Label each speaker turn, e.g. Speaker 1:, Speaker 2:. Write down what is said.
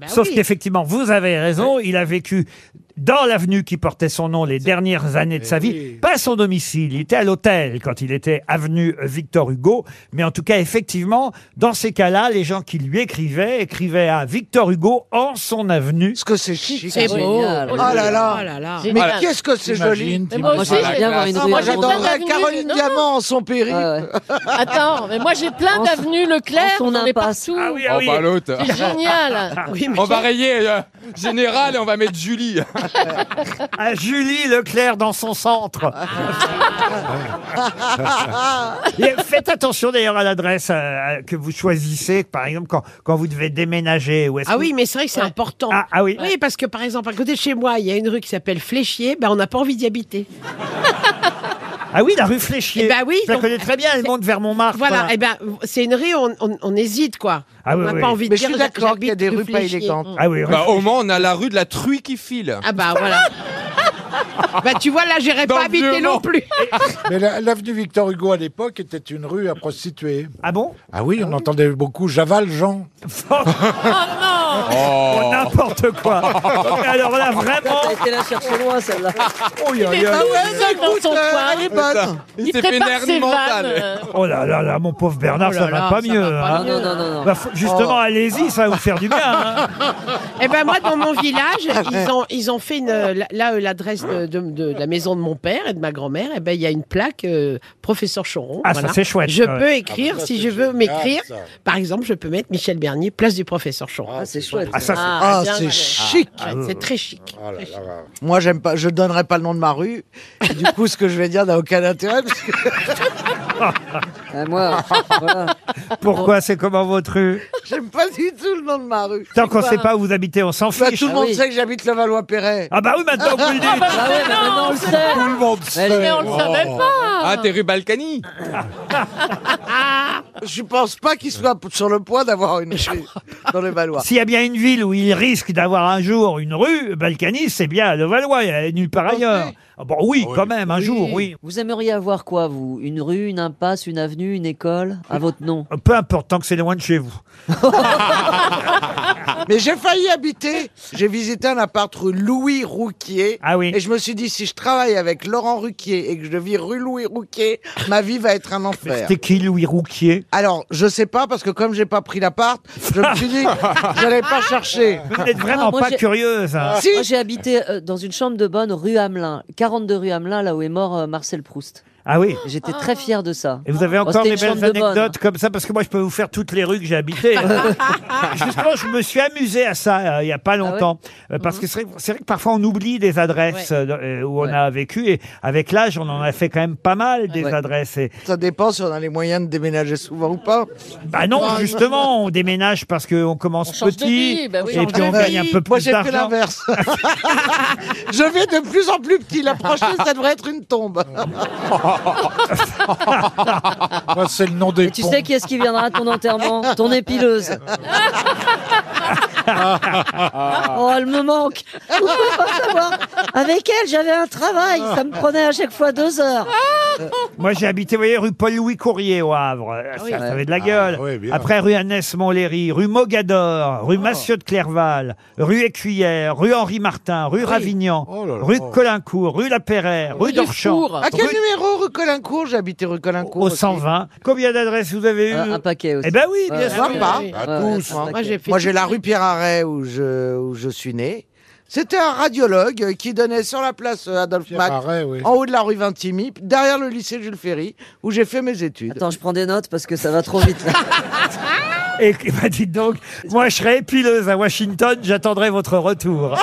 Speaker 1: Bah
Speaker 2: Sauf qu'effectivement, vous avez raison, il a vécu dans l'avenue qui portait son nom les dernières années de
Speaker 1: Eh
Speaker 2: sa vie, pas à son domicile, il était à l'hôtel quand il était avenue Victor Hugo, mais en tout cas, effectivement, dans ces cas-là, les gens qui lui écrivaient, écrivaient à Victor Hugo en son avenue. Parce que c'est chic,
Speaker 3: C'est beau.
Speaker 4: Oh là là. Mais qu'est-ce que c'est joli
Speaker 3: Mais moi aussi, j'ai bien avoir une
Speaker 4: Ah,
Speaker 3: rue
Speaker 4: Moi
Speaker 3: à la
Speaker 4: j'adorerais
Speaker 3: Ronde.
Speaker 4: Caroline Diamant en son périple.
Speaker 3: Euh,
Speaker 5: Ah Attends, mais moi j'ai plein d'avenues Leclerc, on est partout.
Speaker 6: ah oui. Oh, bah, l'autre.
Speaker 5: C'est génial.
Speaker 6: on va rayer euh, Général et on va mettre Julie.
Speaker 2: à Julie Leclerc dans son centre. Et faites attention d'ailleurs à l'adresse euh, que vous choisissez, par exemple, quand, quand vous devez déménager. Ou est-ce
Speaker 1: Ah
Speaker 2: que
Speaker 1: oui,
Speaker 2: vous-
Speaker 1: mais c'est vrai que c'est important.
Speaker 2: Ah, ah oui.
Speaker 1: parce que par exemple, à côté de chez moi, il y a une rue qui s'appelle Fléchier, ben, on n'a pas envie d'y habiter.
Speaker 2: Ah oui, la rue Fléchier.
Speaker 1: Eh ben oui,
Speaker 2: je la
Speaker 1: donc-
Speaker 2: connais très bien, elle monte vers Montmartre.
Speaker 1: Voilà, et ben, c'est une rue, on, on- on hésite quoi.
Speaker 2: Ah
Speaker 1: on
Speaker 2: oui,
Speaker 1: n'a
Speaker 2: oui.
Speaker 1: pas envie de
Speaker 4: Mais je
Speaker 1: dire
Speaker 4: suis d'accord qu'il y a
Speaker 1: j'habite
Speaker 4: des
Speaker 1: rue
Speaker 4: rues pas
Speaker 1: Fléchier.
Speaker 4: élégantes.
Speaker 2: Ah oui, rue-
Speaker 6: Bah, au Mans, on a la rue de la truie qui file.
Speaker 1: Ah bah voilà. bah tu vois, là, j'irai
Speaker 6: Dans
Speaker 1: pas
Speaker 6: le vieux
Speaker 1: habiter
Speaker 6: Mans.
Speaker 1: non plus.
Speaker 7: Mais la- l'avenue Victor Hugo à l'époque était une rue à prostituées.
Speaker 2: Ah bon
Speaker 7: Ah oui, on entendait beaucoup Javal Jean.
Speaker 2: Oh, N'importe quoi. Alors là, vraiment.
Speaker 3: T'as été la chercher loin, celle-là.
Speaker 2: Oh, y a- y a-
Speaker 4: Ah ouais,
Speaker 5: Dans
Speaker 4: écoute,
Speaker 5: son
Speaker 4: euh,
Speaker 5: coin.
Speaker 4: elle est
Speaker 3: Ah,
Speaker 4: bonne.
Speaker 6: Il
Speaker 5: Il
Speaker 6: s'est fait
Speaker 5: prépare
Speaker 6: nerf
Speaker 5: ses vannes.
Speaker 6: mental.
Speaker 5: euh,
Speaker 2: oh là là là, mon pauvre
Speaker 1: Oh
Speaker 2: Bernard, ça va pas mieux. hein.
Speaker 3: Non, non, non, non.
Speaker 2: Bah, faut- justement, allez-y, ça va vous faire du bien. hein.
Speaker 1: Et ben moi, dans mon village, ils ont, ils ont fait une, là, là, euh, l'adresse de, de- de la maison de mon père et de ma grand-mère. Et ben il y a une plaque euh, professeur Choron.
Speaker 2: Ah, ça, c'est chouette,
Speaker 1: Je
Speaker 2: ouais.
Speaker 1: peux écrire
Speaker 7: Ah, bah, ça,
Speaker 1: si
Speaker 7: c'est
Speaker 1: je veux
Speaker 7: génial,
Speaker 1: m'écrire.
Speaker 7: ça.
Speaker 1: Par exemple, je peux mettre Michel Bernier, place du professeur Choron.
Speaker 3: Ah, c'est chouette.
Speaker 2: Ah, ça, c'est-
Speaker 4: Ah,
Speaker 1: bien,
Speaker 4: c'est
Speaker 1: ouais.
Speaker 4: chic.
Speaker 1: Ouais, c'est très chic.
Speaker 7: Oh là là là.
Speaker 4: Moi, j'aime pas. Je donnerai pas le nom de ma rue. Du coup, ce que je vais dire n'a aucun intérêt. parce que-
Speaker 3: Ah, moi, voilà.
Speaker 2: pourquoi c'est comment votre rue
Speaker 4: J'aime pas du tout le nom de ma rue.
Speaker 2: Tant qu'on sait pas où vous habitez, on s'en
Speaker 4: Bah,
Speaker 2: fiche.
Speaker 4: tout le monde
Speaker 3: Ah oui.
Speaker 4: sait que j'habite le Valois-Perret.
Speaker 2: Ah bah oui, maintenant vous le dites.
Speaker 3: Ah ouais, mais maintenant on le sait.
Speaker 7: Tout le monde sait.
Speaker 5: Mais on le
Speaker 4: Oh.
Speaker 5: savait pas.
Speaker 6: Ah, t'es rue Balkany
Speaker 4: Je pense pas qu'il soit p- sur le point d'avoir une rue dans le Valois.
Speaker 2: S'il y a bien une ville où il risque d'avoir un jour une rue, Balkany, c'est bien à Levallois, il y a nulle part ailleurs. Ah Bon, oui, quand même, un jour, oui.
Speaker 3: Vous aimeriez avoir quoi, vous Une rue, une impasse, une avenue, une école À votre nom
Speaker 2: Peu importe, tant que c'est loin de chez vous.
Speaker 4: Mais j'ai failli habiter. J'ai visité un appart rue Louis Rouquier.
Speaker 2: Ah oui.
Speaker 4: Et je me suis dit, si je travaille avec Laurent Ruquier et que je vis rue Louis Rouquier, ma vie va être un
Speaker 2: Mais
Speaker 4: enfer.
Speaker 2: C'était qui, Louis Rouquier
Speaker 4: Alors, je sais pas, parce que comme j'ai pas pris l'appart, je me suis dit, j'allais pas chercher.
Speaker 2: Vous n'êtes vraiment
Speaker 3: moi,
Speaker 2: pas
Speaker 3: j'ai-
Speaker 2: curieuse. hein.
Speaker 4: Si,
Speaker 3: Moi, j'ai habité euh, dans une chambre de bonne rue Hamelin, 42 rue Hamelin, là où est mort euh, Marcel Proust.
Speaker 2: Ah oui
Speaker 3: Et J'étais très fière de ça.
Speaker 2: et vous avez
Speaker 3: Oh,
Speaker 2: encore
Speaker 3: c'était
Speaker 2: des
Speaker 3: une chambre
Speaker 2: belles
Speaker 3: de bonne.
Speaker 2: anecdotes comme ça, parce que moi je peux vous faire toutes les rues que j'ai habitées. Justement, je me suis amusé à ça euh, il n'y a pas longtemps. Euh, parce que c'est vrai, c'est vrai que parfois on oublie des adresses euh, euh, où on
Speaker 3: Ouais.
Speaker 2: a vécu. Et avec l'âge, on en a fait quand même pas mal des
Speaker 3: Ouais.
Speaker 2: adresses. Et
Speaker 4: ça dépend si on a les moyens de déménager souvent ou pas.
Speaker 2: Bah non, justement, on déménage parce qu'on
Speaker 5: On
Speaker 2: commence
Speaker 5: change de
Speaker 2: petit
Speaker 5: vie, bah oui,
Speaker 2: et
Speaker 5: on
Speaker 2: puis on
Speaker 5: change de
Speaker 2: gagne un
Speaker 5: vie.
Speaker 2: peu
Speaker 4: Moi,
Speaker 2: plus
Speaker 4: j'ai fait
Speaker 2: d'argent.
Speaker 4: l'inverse. je vais de plus en plus petit. La prochaine, ça devrait être une tombe.
Speaker 7: Moi, c'est le nom des
Speaker 3: Et tu
Speaker 7: ponts.
Speaker 3: sais qui est-ce qui viendra à ton enterrement Ton épileuse. oh, elle me manque. Vous pouvez pas savoir. Avec elle, j'avais un travail. Ça me prenait à chaque fois deux heures.
Speaker 2: Moi, j'ai habité, vous voyez, rue Paul-Louis Courrier au Havre.
Speaker 3: Ah
Speaker 2: ça, ça avait de la gueule.
Speaker 7: Ah oui, bien.
Speaker 2: Après, rue Annès Montlhéry, rue Mogador,
Speaker 3: Oh.
Speaker 2: rue Massieu de Clerval, rue Écuyère, rue Henri Martin,
Speaker 3: Ah
Speaker 2: rue Ravignan,
Speaker 7: Oh là là.
Speaker 2: rue de Colincourt, rue La Perrère, rue
Speaker 5: du
Speaker 2: d'Orchamps,
Speaker 5: Four.
Speaker 4: À quel
Speaker 2: Rue-
Speaker 4: numéro, rue Colincourt J'ai habité rue Colincourt.
Speaker 2: au
Speaker 4: aussi.
Speaker 2: 120. Combien d'adresses vous avez eues
Speaker 3: Un, un paquet aussi.
Speaker 2: Eh ben oui, bien
Speaker 3: Ouais.
Speaker 2: sûr.
Speaker 4: Sympa.
Speaker 5: Ah
Speaker 4: hein.
Speaker 5: oui.
Speaker 7: À
Speaker 3: Ouais,
Speaker 7: tous.
Speaker 3: un paquet.
Speaker 1: Moi, j'ai fait
Speaker 4: Moi, j'ai la rue Pierre Arret où je, où je suis né. C'était un radiologue euh, qui donnait sur la place euh, Adolphe
Speaker 7: Pierre
Speaker 4: Max,
Speaker 7: Arret, oui.
Speaker 4: en haut de la rue Vintimille, derrière le lycée Jules Ferry, où j'ai fait mes études.
Speaker 3: Attends, je prends des notes parce que ça va trop vite. là.
Speaker 2: Et bah, dites donc, moi, je serais épileuse à Washington, j'attendrai votre retour.